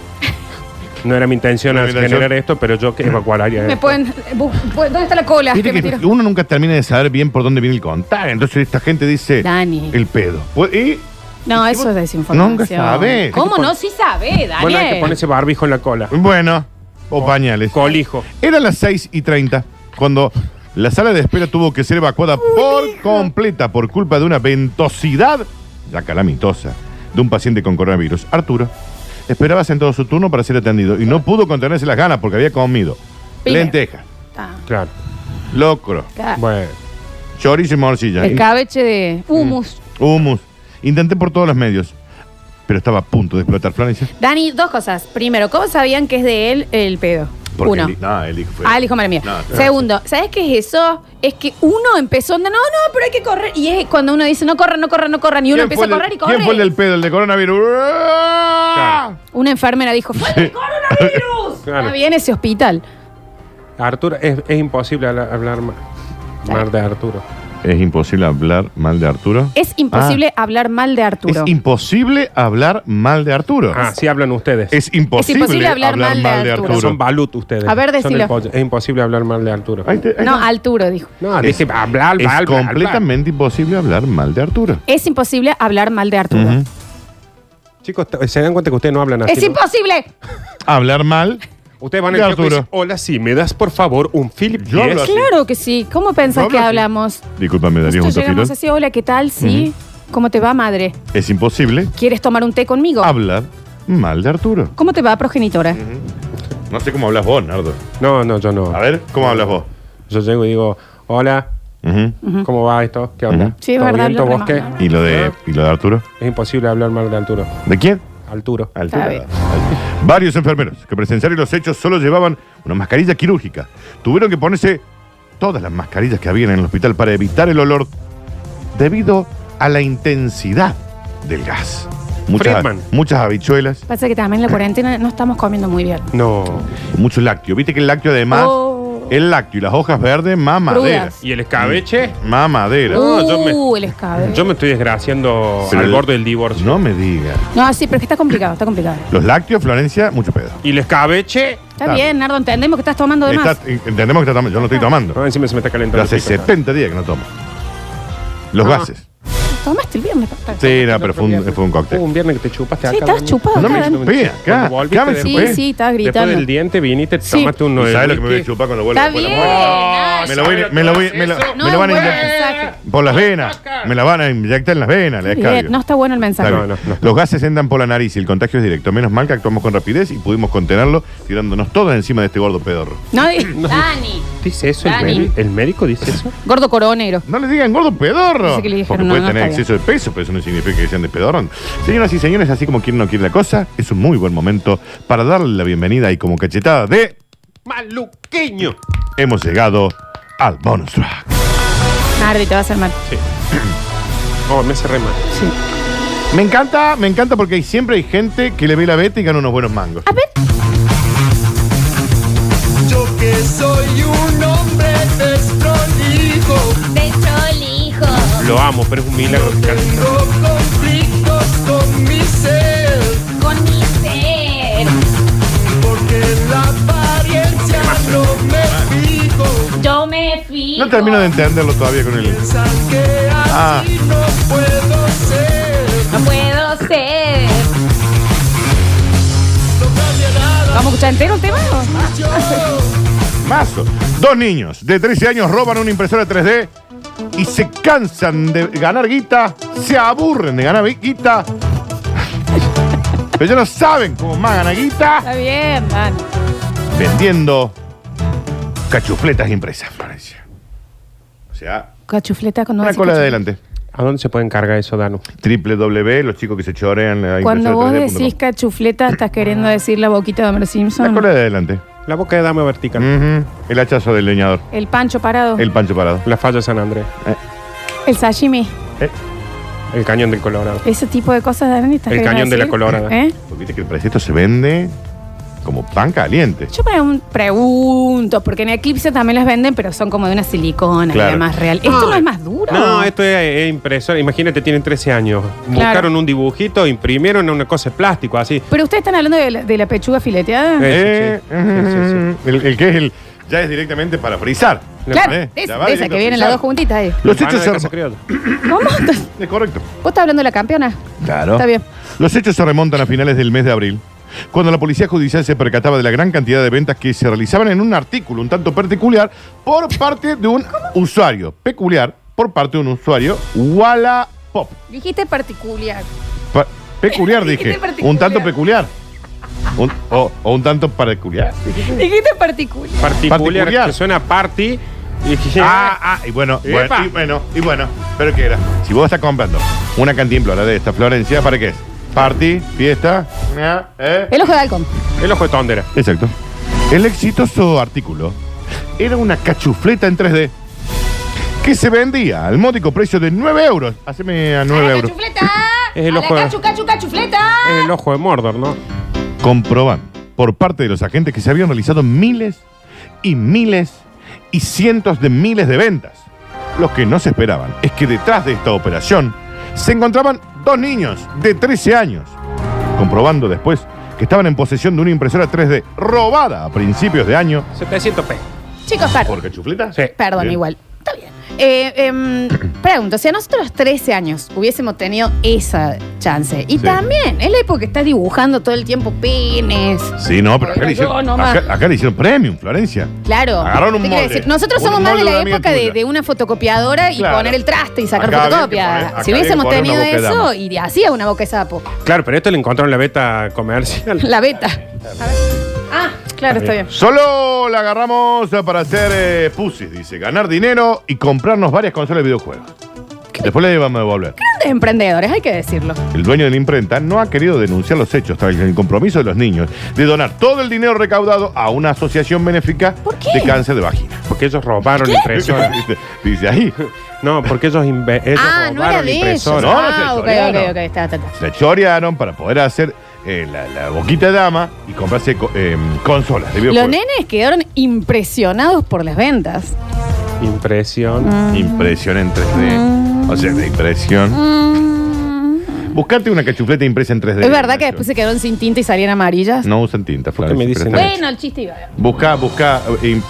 Speaker 3: no era mi
Speaker 2: [laughs]
Speaker 3: intención
Speaker 2: No era mi intención.
Speaker 3: generar esto, pero yo que evacuaría.
Speaker 1: Me
Speaker 3: esto".
Speaker 1: pueden. eh, bu- bu- ¿Dónde está la cola?
Speaker 2: Viste
Speaker 1: que me
Speaker 2: que
Speaker 1: tiro?
Speaker 2: uno nunca termina de saber bien por dónde viene el contagio. Entonces esta gente dice
Speaker 1: Dani.
Speaker 2: el pedo. Pues, Y
Speaker 1: No, eso es desinformación.
Speaker 2: Nunca sabe.
Speaker 1: ¿Cómo no? Sí sabe, Daniel.
Speaker 3: Bueno, hay que ponerse barbijo en la cola.
Speaker 2: bueno, o pañales.
Speaker 3: Colijo.
Speaker 2: Era las 6 y 30 cuando la sala de espera tuvo que ser evacuada por completa por culpa de una ventosidad ya calamitosa de un paciente con coronavirus. Arturo esperaba sentado su turno para ser atendido y no pudo contenerse las ganas porque había comido
Speaker 1: Pina.
Speaker 2: lentejas,
Speaker 1: Ah,
Speaker 3: Claro.
Speaker 2: locro,
Speaker 1: claro.
Speaker 3: Bueno.
Speaker 2: chorizo y morcilla,
Speaker 1: El cabeche de humus.
Speaker 2: humus. Intenté por todos los medios, pero estaba a punto de explotar Florencia.
Speaker 1: Dani, dos cosas. Primero, ¿cómo sabían que es de él el pedo?
Speaker 2: Porque
Speaker 1: uno.
Speaker 2: el- no, el hijo fue-
Speaker 1: Ah, el hijo madre mía.
Speaker 2: No, claro.
Speaker 1: Segundo, ¿sabes qué es eso? Es que uno empezó onda, no, no, pero hay que correr. Y es cuando uno dice, no corran, no corran, no corran. Y uno
Speaker 2: ¿Quién
Speaker 1: empieza
Speaker 2: fue
Speaker 1: a
Speaker 2: el del-
Speaker 1: correr y corre.
Speaker 2: ¿Quién fue el del pedo? El de coronavirus.
Speaker 1: Una enfermera dijo, ¡fue el
Speaker 2: [laughs]
Speaker 1: coronavirus!
Speaker 3: Claro.
Speaker 1: Está bien ese hospital.
Speaker 3: Arturo, es, es imposible hablar, hablar ma- mal de Arturo.
Speaker 2: Es imposible hablar mal de Arturo.
Speaker 1: Es imposible hablar mal de Arturo.
Speaker 2: Ah. Es imposible hablar mal de Arturo.
Speaker 3: Ah, sí hablan ustedes.
Speaker 2: Es imposible,
Speaker 1: Es imposible hablar mal de Arturo.
Speaker 3: Son balut ustedes.
Speaker 1: A ver,
Speaker 3: Son
Speaker 1: decilo.
Speaker 3: impo- Es imposible hablar mal de Arturo.
Speaker 2: Ahí te- ahí
Speaker 1: no,
Speaker 2: está.
Speaker 1: Arturo dijo.
Speaker 3: No,
Speaker 2: Es-
Speaker 3: dije hablar,
Speaker 2: es
Speaker 3: hablar, hablar.
Speaker 2: completamente imposible hablar mal de Arturo.
Speaker 1: Es imposible hablar mal de Arturo.
Speaker 2: Ujú.
Speaker 3: Chicos, t- se dan cuenta que ustedes no hablan así.
Speaker 1: ¡Es
Speaker 3: ¿no?
Speaker 1: imposible!
Speaker 2: Hablar mal.
Speaker 3: Ustedes van
Speaker 2: De
Speaker 3: al kiosco y
Speaker 2: Arturo.
Speaker 3: dicen, hola, sí, ¿me das por favor un Philip
Speaker 2: Yo hablo
Speaker 3: 10?"
Speaker 2: así.
Speaker 1: Claro que sí. ¿Cómo pensás
Speaker 2: No
Speaker 1: que
Speaker 2: hablas, sí.
Speaker 1: hablamos?
Speaker 2: Discúlpame, Darío
Speaker 1: Nosotros
Speaker 2: Juntafilo.
Speaker 1: llegamos así, hola, ¿qué tal? Sí. ¿Cómo te va, madre?
Speaker 2: Es imposible
Speaker 1: ¿Quieres tomar un té conmigo?
Speaker 2: hablar mal de Arturo.
Speaker 1: ¿Cómo te va, progenitora?
Speaker 2: No sé cómo hablas vos, Nardo.
Speaker 3: No, no, yo no.
Speaker 2: A ver, ¿cómo hablas vos?
Speaker 3: Yo llego y digo, hola,
Speaker 2: Ujú.
Speaker 3: ¿cómo va esto? ¿Qué onda?
Speaker 2: Ujú.
Speaker 1: Sí, es
Speaker 3: ¿Todo
Speaker 1: verdad,
Speaker 3: bien?
Speaker 1: yo
Speaker 3: ¿Todo
Speaker 1: no
Speaker 2: Ah.
Speaker 3: bosque?
Speaker 1: me
Speaker 2: ¿Y lo de, y lo de Arturo?
Speaker 3: Es imposible hablar mal de Arturo.
Speaker 2: ¿De quién?
Speaker 4: Alturo.
Speaker 2: Altura.
Speaker 1: [laughs]
Speaker 2: Varios enfermeros que presenciaron los hechos solo llevaban una mascarilla quirúrgica. Tuvieron que ponerse todas las mascarillas que había en el hospital para evitar el olor debido a la intensidad del gas. Muchas,
Speaker 3: Friedman.
Speaker 2: muchas habichuelas,
Speaker 1: Pasa que también en la cuarentena no estamos comiendo muy bien.
Speaker 3: No.
Speaker 2: mucho lácteo. Viste que el lácteo además,
Speaker 1: Oh.
Speaker 2: el lácteo y las hojas verdes, más madera.
Speaker 1: Crudas.
Speaker 3: ¿Y el escabeche?
Speaker 2: Más madera.
Speaker 3: No, yo me-
Speaker 1: Uh, el escabe.
Speaker 3: Yo me estoy desgraciando
Speaker 2: Pero
Speaker 3: al
Speaker 2: el-
Speaker 3: borde del divorcio.
Speaker 2: No me digas.
Speaker 1: No, sí, pero es que está complicado, está complicado.
Speaker 2: Los lácteos, Florencia, mucho pedo.
Speaker 3: ¿Y el escabeche?
Speaker 1: Está bien, Nardo, entendemos que estás tomando de más.
Speaker 2: Estás- entendemos que está tomando. Yo no estoy tomando.
Speaker 3: No, encima se me está
Speaker 2: Pero
Speaker 3: calentando.
Speaker 2: hace
Speaker 3: el pico.
Speaker 2: 70 días que no tomo.
Speaker 1: Ah.
Speaker 2: Los gases.
Speaker 1: Tomaste el viernes. papá.
Speaker 2: Sí, era, pero fue un, fue un cóctel.
Speaker 3: Hubo un viernes que te chupaste
Speaker 1: Sí,
Speaker 3: acá,
Speaker 1: estabas
Speaker 3: Dani.
Speaker 1: chupado.
Speaker 2: No me
Speaker 1: acá, Dani.
Speaker 2: chupé acá.
Speaker 3: Cuando volviste
Speaker 2: acá me
Speaker 3: de-
Speaker 1: Sí,
Speaker 2: chupé.
Speaker 1: sí, estabas
Speaker 3: Después
Speaker 1: gritando.
Speaker 3: del diente viniste, te
Speaker 1: Sí.
Speaker 3: tomaste uno de
Speaker 2: ¿Sabes lo que me voy a chupar cuando vuelva?
Speaker 1: Está
Speaker 2: después de la
Speaker 1: bien.
Speaker 2: muerte?
Speaker 1: Ay,
Speaker 2: Me lo voy, me lo voy, me lo,
Speaker 1: No
Speaker 2: me lo van a
Speaker 1: es bueno
Speaker 2: inyectar.
Speaker 1: el mensaje.
Speaker 2: Por las venas. Me la van a inyectar en las venas, la
Speaker 1: Bien,
Speaker 2: escabio.
Speaker 1: No está bueno el mensaje.
Speaker 2: Está bien.
Speaker 3: No, no, no.
Speaker 2: Los gases entran por la nariz y el contagio es directo. Menos mal que actuamos con rapidez y pudimos contenerlo tirándonos todos encima de este gordo pedorro.
Speaker 1: No,
Speaker 2: [laughs]
Speaker 1: di- Dani.
Speaker 3: ¿Dice eso el,
Speaker 1: Dani.
Speaker 3: médico? ¿El médico? ¿Dice eso?
Speaker 1: Gordo coronero.
Speaker 2: No le digan gordo pedorro.
Speaker 1: Pensé que le dijeron,
Speaker 2: porque
Speaker 1: no,
Speaker 2: puede
Speaker 1: no
Speaker 2: tener
Speaker 1: está bien.
Speaker 2: exceso de peso, pero eso no significa que sean de pedorrón. Señoras y señores, así como quien no quiere la cosa, es un muy buen momento para darle la bienvenida y como cachetada de
Speaker 3: Maluqueño.
Speaker 2: hemos llegado al bonus track.
Speaker 1: Nardi, te va a hacer mal.
Speaker 3: Oh, me cerré mal.
Speaker 1: Sí.
Speaker 2: Me encanta, me encanta porque hay- siempre hay gente que le ve la beta y gana unos buenos mangos.
Speaker 5: Yo que soy un hombre desprolijo, desprolijo.
Speaker 3: Lo amo, pero es un milagro que cante.
Speaker 5: Tengo conflictos con mi ser. Con mi ser. Porque en la apariencia no me fijo. Yo me fijo.
Speaker 2: No termino de entenderlo todavía con el.
Speaker 5: Piensan que así
Speaker 2: Ah.
Speaker 5: no puedo ser.
Speaker 1: No puedo ser. ¿Vamos a escuchar entero el tema?
Speaker 2: Mazo. Dos niños de 13 años roban una impresora 3D y se cansan de ganar guita, se aburren de ganar guita. Pero ellos no saben cómo más ganar guita.
Speaker 1: Está bien, Dani.
Speaker 2: Vendiendo cachufletas impresas, Florencia. O sea,
Speaker 1: Cachufleta con
Speaker 2: una
Speaker 1: once
Speaker 2: cola de
Speaker 1: cachufletas.
Speaker 2: adelante.
Speaker 3: ¿A dónde se puede encargar eso, Danu?
Speaker 2: www, los chicos que se chorean la
Speaker 1: Cuando vos
Speaker 2: impresora 3D.com.
Speaker 1: decís cachufleta, estás queriendo decir la boquita de Homer
Speaker 2: La
Speaker 1: Simpson.
Speaker 2: cola de adelante.
Speaker 3: La boca de dama vertical.
Speaker 2: Ujú. El hachazo del leñador.
Speaker 1: El pancho parado. El,
Speaker 2: El pancho parado.
Speaker 3: La falla San Andrés.
Speaker 1: sashimi.
Speaker 3: El cañón del Colorado.
Speaker 1: Ese tipo de cosas, Dani, estás
Speaker 3: El
Speaker 1: queriendo
Speaker 3: cañón de la
Speaker 1: decir.
Speaker 3: Colorada.
Speaker 1: ¿Eh?
Speaker 2: Porque Pues viste que el precio se vende como pan caliente.
Speaker 1: Yo pregun- pregunto, porque en Eclipse también las venden, pero son como de una silicona
Speaker 2: Claro.
Speaker 1: y demás real. ¿Esto no es más duro?
Speaker 3: No, esto es, es impresora. Imagínate, tienen 13 años. Buscaron un dibujito, imprimieron una cosa de plástico, así.
Speaker 1: Pero ustedes están hablando de la, de la pechuga fileteada.
Speaker 3: Eh, sí, sí.
Speaker 2: Eh, El, el que es el. Ya es directamente para frizar.
Speaker 1: claro,
Speaker 2: ¿Eh?
Speaker 1: de
Speaker 2: Ya
Speaker 1: esa,
Speaker 2: va
Speaker 1: de esa
Speaker 2: directo a
Speaker 1: que vienen las
Speaker 2: frizar.
Speaker 1: dos juntitas ahí.
Speaker 2: Los
Speaker 3: Hermano
Speaker 2: hechos
Speaker 3: de
Speaker 2: se.
Speaker 3: Casa Criolla.
Speaker 1: ¿Cómo? ¿Vos
Speaker 2: Es correcto.
Speaker 1: estás hablando de la campeona?
Speaker 2: Claro.
Speaker 1: Está bien.
Speaker 2: Los hechos se remontan a finales del mes de abril, cuando la policía judicial se percataba de la gran cantidad de ventas que se realizaban en un artículo un tanto particular por parte de un usuario. Peculiar por parte de un usuario Wallapop.
Speaker 1: Dijiste particular.
Speaker 2: Pa- peculiar, dije.
Speaker 1: Dijiste
Speaker 2: Un tanto
Speaker 1: particular.
Speaker 2: peculiar. Un- o, o un tanto particular.
Speaker 1: Dijiste particular.
Speaker 3: Particular,
Speaker 2: Particular.
Speaker 3: que suena party. Y que- [laughs]
Speaker 2: Ah, ah, y bueno, bueno,
Speaker 3: Epa.
Speaker 2: y bueno, y bueno, pero qué era. Si vos estás comprando una cantimplora de esta Florencia, ¿para qué es? Party, fiesta, ¿eh?
Speaker 1: El ojo de halcón.
Speaker 3: El ojo de tondera.
Speaker 2: Exacto. El exitoso artículo era una cachufleta en 3D que se vendía al módico precio de 9 euros. Haceme a 9 euros.
Speaker 1: cachufleta!
Speaker 3: Es el ojo de-
Speaker 1: cachufleta!
Speaker 3: Es el ojo de Mordor, ¿no?
Speaker 2: Comproban por parte de los agentes que se habían realizado miles y miles y cientos de miles de ventas. Lo que no se esperaban es que detrás de esta operación se encontraban dos niños de 13 años, comprobando después que estaban en posesión de una impresora 3D robada a principios de año.
Speaker 3: 700 p.
Speaker 1: Chicos, perdón.
Speaker 2: ¿Por cachufleta?
Speaker 3: Sí.
Speaker 1: Perdón,
Speaker 2: Bien.
Speaker 1: igual. Está bien. Eh,
Speaker 2: [coughs]
Speaker 1: em, pregunto, si a nosotros 13 años hubiésemos tenido esa chance, y
Speaker 2: Sí.
Speaker 1: también es la época que estás dibujando todo el tiempo pines.
Speaker 2: Sí, no, pero acá le
Speaker 1: Yo
Speaker 2: hicieron,
Speaker 1: nomás.
Speaker 2: acá- acá le hicieron premium, Florencia.
Speaker 1: Claro.
Speaker 2: Agarraron un
Speaker 1: Te quiero
Speaker 2: molde.
Speaker 1: nosotros
Speaker 2: Un
Speaker 1: somos más de
Speaker 2: molde de
Speaker 1: la
Speaker 2: una amiga
Speaker 1: época de,
Speaker 2: tuya.
Speaker 1: de una fotocopiadora y
Speaker 2: Claro.
Speaker 1: poner el traste y sacar
Speaker 2: Acá había que
Speaker 1: fotocopias.
Speaker 2: poner- acá
Speaker 1: si
Speaker 2: había
Speaker 1: hubiésemos
Speaker 2: que poner una
Speaker 1: tenido
Speaker 2: boca de
Speaker 1: eso,
Speaker 2: dama.
Speaker 1: y hacía una boca de sapo. [laughs]
Speaker 3: Claro, pero esto le encontraron la beta comercial.
Speaker 1: La beta. A ver. Ah, claro, está bien.
Speaker 2: Solo la agarramos para hacer eh, pussies, dice. Ganar dinero y comprarnos varias consolas de videojuegos.
Speaker 3: ¿Qué
Speaker 2: Después le vamos a devolver.
Speaker 1: Grandes emprendedores, hay que decirlo.
Speaker 2: El dueño de la imprenta no ha querido denunciar los hechos tras el compromiso de los niños de donar todo el dinero recaudado a una asociación benéfica de cáncer de vagina.
Speaker 3: Porque ellos robaron la
Speaker 2: [laughs]
Speaker 3: impresora.
Speaker 2: Dice- Dice ahí.
Speaker 3: No, porque ellos, inve- ellos
Speaker 1: ah, no era
Speaker 3: robaron la
Speaker 1: de ellos.
Speaker 3: impresora.
Speaker 1: Ah, ok, ok, ok. Está, está, está.
Speaker 2: Se chorearon para poder hacer eh, la, la boquita de dama y comprarse co- eh, consolas de
Speaker 1: Los
Speaker 2: videojuegos.
Speaker 1: nenes quedaron impresionados por las ventas.
Speaker 3: Impresión.
Speaker 2: Mm. Impresión en 3D. O sea, de impresión. Buscate una cachufleta impresa en 3D.
Speaker 1: Mm. ¿Es verdad que después se quedaron sin tinta y salían amarillas?
Speaker 2: No usan tinta, Flores,
Speaker 3: me dicen
Speaker 2: préstame.
Speaker 1: Bueno, el chiste iba.
Speaker 2: Busca, busca. eh, im-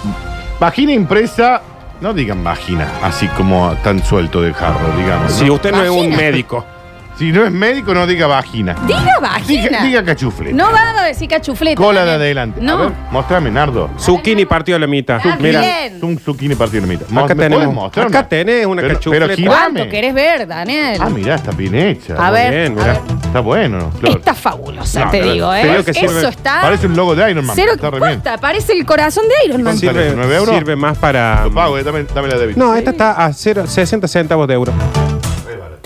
Speaker 2: vagina impresa. No digan vagina, así como tan suelto de jarro, digamos.
Speaker 3: Si usted no es un Vagina.
Speaker 2: médico. Si no es médico, no diga vagina.
Speaker 1: Diga vagina.
Speaker 2: Diga, diga cachufleta.
Speaker 1: No va a decir cachufleta.
Speaker 2: Cola de
Speaker 1: Daniel.
Speaker 2: adelante.
Speaker 1: No.
Speaker 2: A ver, mostrame, Nardo.
Speaker 3: Zucchini partido a la mitad.
Speaker 1: Está
Speaker 3: Mira,
Speaker 1: bien.
Speaker 2: Un zucchini partido en la mitad.
Speaker 3: Acá
Speaker 2: ¿Me puedes
Speaker 3: tenemos-
Speaker 2: mostrar
Speaker 3: acá tenés una
Speaker 2: pero,
Speaker 3: cachufleta.
Speaker 2: Pero
Speaker 1: ¿Cuánto
Speaker 2: girame.
Speaker 1: querés ver, Daniel?
Speaker 2: Ah, mirá, está bien hecha.
Speaker 1: A ver, Bien, a mirá. ver.
Speaker 2: Está bueno, Flor.
Speaker 1: Está fabulosa,
Speaker 2: No,
Speaker 1: te
Speaker 2: pero
Speaker 1: digo,
Speaker 2: te
Speaker 1: ¿eh?
Speaker 2: digo que
Speaker 1: Eso
Speaker 2: sirve-
Speaker 1: está.
Speaker 2: Parece un logo de Iron Man.
Speaker 1: Cero
Speaker 2: está re bien.
Speaker 1: cuesta, parece el corazón de Iron Man.
Speaker 3: sirve,
Speaker 2: 39 euros.
Speaker 3: sirve más para.
Speaker 2: Lo pago, eh, dame, dame la débito.
Speaker 3: No, esta está a cero- 60 centavos de euro.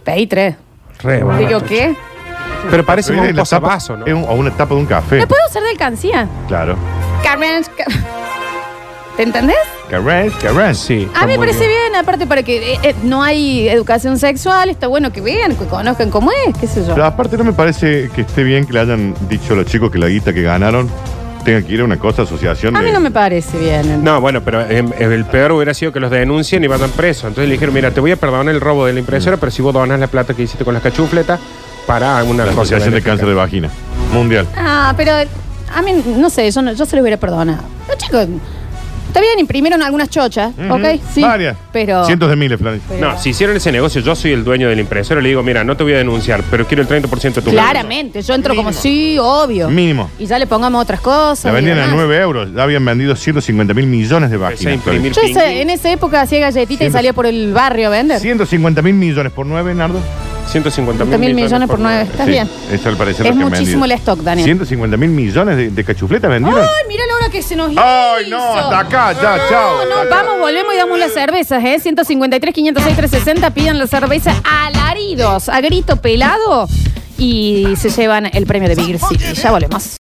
Speaker 1: Pedí tres.
Speaker 3: Re barato.
Speaker 1: Digo, ¿qué?
Speaker 3: Pero parece
Speaker 2: Pero
Speaker 3: más
Speaker 2: es
Speaker 3: un
Speaker 2: la tapa-
Speaker 3: posavasos, ¿no?
Speaker 2: es un- o una tapa de un café.
Speaker 1: ¿La puedo usar de alcancía?
Speaker 2: Claro.
Speaker 1: Carmen. ¿Te entendés?
Speaker 2: Carrens, Carrens.
Speaker 3: Sí.
Speaker 1: A mí me parece bien. aparte para que eh, eh, no hay educación sexual, está bueno que vean, que conozcan cómo es, qué sé yo.
Speaker 2: Pero aparte no me parece que esté bien que le hayan dicho a los chicos que la guita que ganaron tenga que ir a una cosa, asociación
Speaker 1: A mí
Speaker 2: de...
Speaker 1: no me parece bien.
Speaker 3: No, bueno, pero eh, el peor hubiera sido que los denuncien y vayan presos. Entonces le dijeron, mira, te voy a perdonar el robo de la impresora,
Speaker 2: Mm.
Speaker 3: pero si vos donas la plata que hiciste con las cachufletas para una
Speaker 2: la
Speaker 3: cosa
Speaker 2: asociación de
Speaker 3: benéfica".
Speaker 2: cáncer de vagina. Mundial.
Speaker 1: Ah, pero a mí, no sé, yo, no- yo se lo hubiera perdonado. No, chicos, está bien, imprimieron algunas chochas, ¿ok? Sí.
Speaker 2: Varias.
Speaker 1: Pero.
Speaker 2: Cientos de miles, Florencia.
Speaker 3: No, si hicieron ese negocio, yo soy el dueño de la impresora, le digo, mira, no te voy a denunciar, pero quiero el 30% de tu
Speaker 1: Claramente, yo entro como sí, obvio.
Speaker 2: Mínimo.
Speaker 1: Y ya le pongamos otras cosas.
Speaker 2: La
Speaker 1: y
Speaker 2: vendían a
Speaker 1: demás.
Speaker 2: 9 euros. Ya habían vendido 150 mil millones de
Speaker 3: a
Speaker 2: vaginas.
Speaker 3: imprimir
Speaker 1: Yo esa- en esa época hacía galletita y
Speaker 2: Siempre-
Speaker 1: salía por el barrio a vender.
Speaker 2: 150 mil millones por 9, Nardo.
Speaker 3: 150
Speaker 1: mil mil millones por nueve. Está
Speaker 2: Sí,
Speaker 1: bien.
Speaker 2: Eso al parecer
Speaker 1: Es
Speaker 2: lo que han
Speaker 1: muchísimo
Speaker 2: vendido.
Speaker 1: el stock, Daniel.
Speaker 2: 150 mil millones de, de cachufletas vendieron.
Speaker 1: ¡Ay, mira la hora que se nos hizo!
Speaker 2: ¡Ay, no! Hasta acá, ya, chao.
Speaker 1: No, no, vamos, volvemos y damos las cervezas, ¿eh? 153, 506, 360, pidan la cerveza alaridos, a grito pelado y se llevan el premio de Big City. Ya volvemos.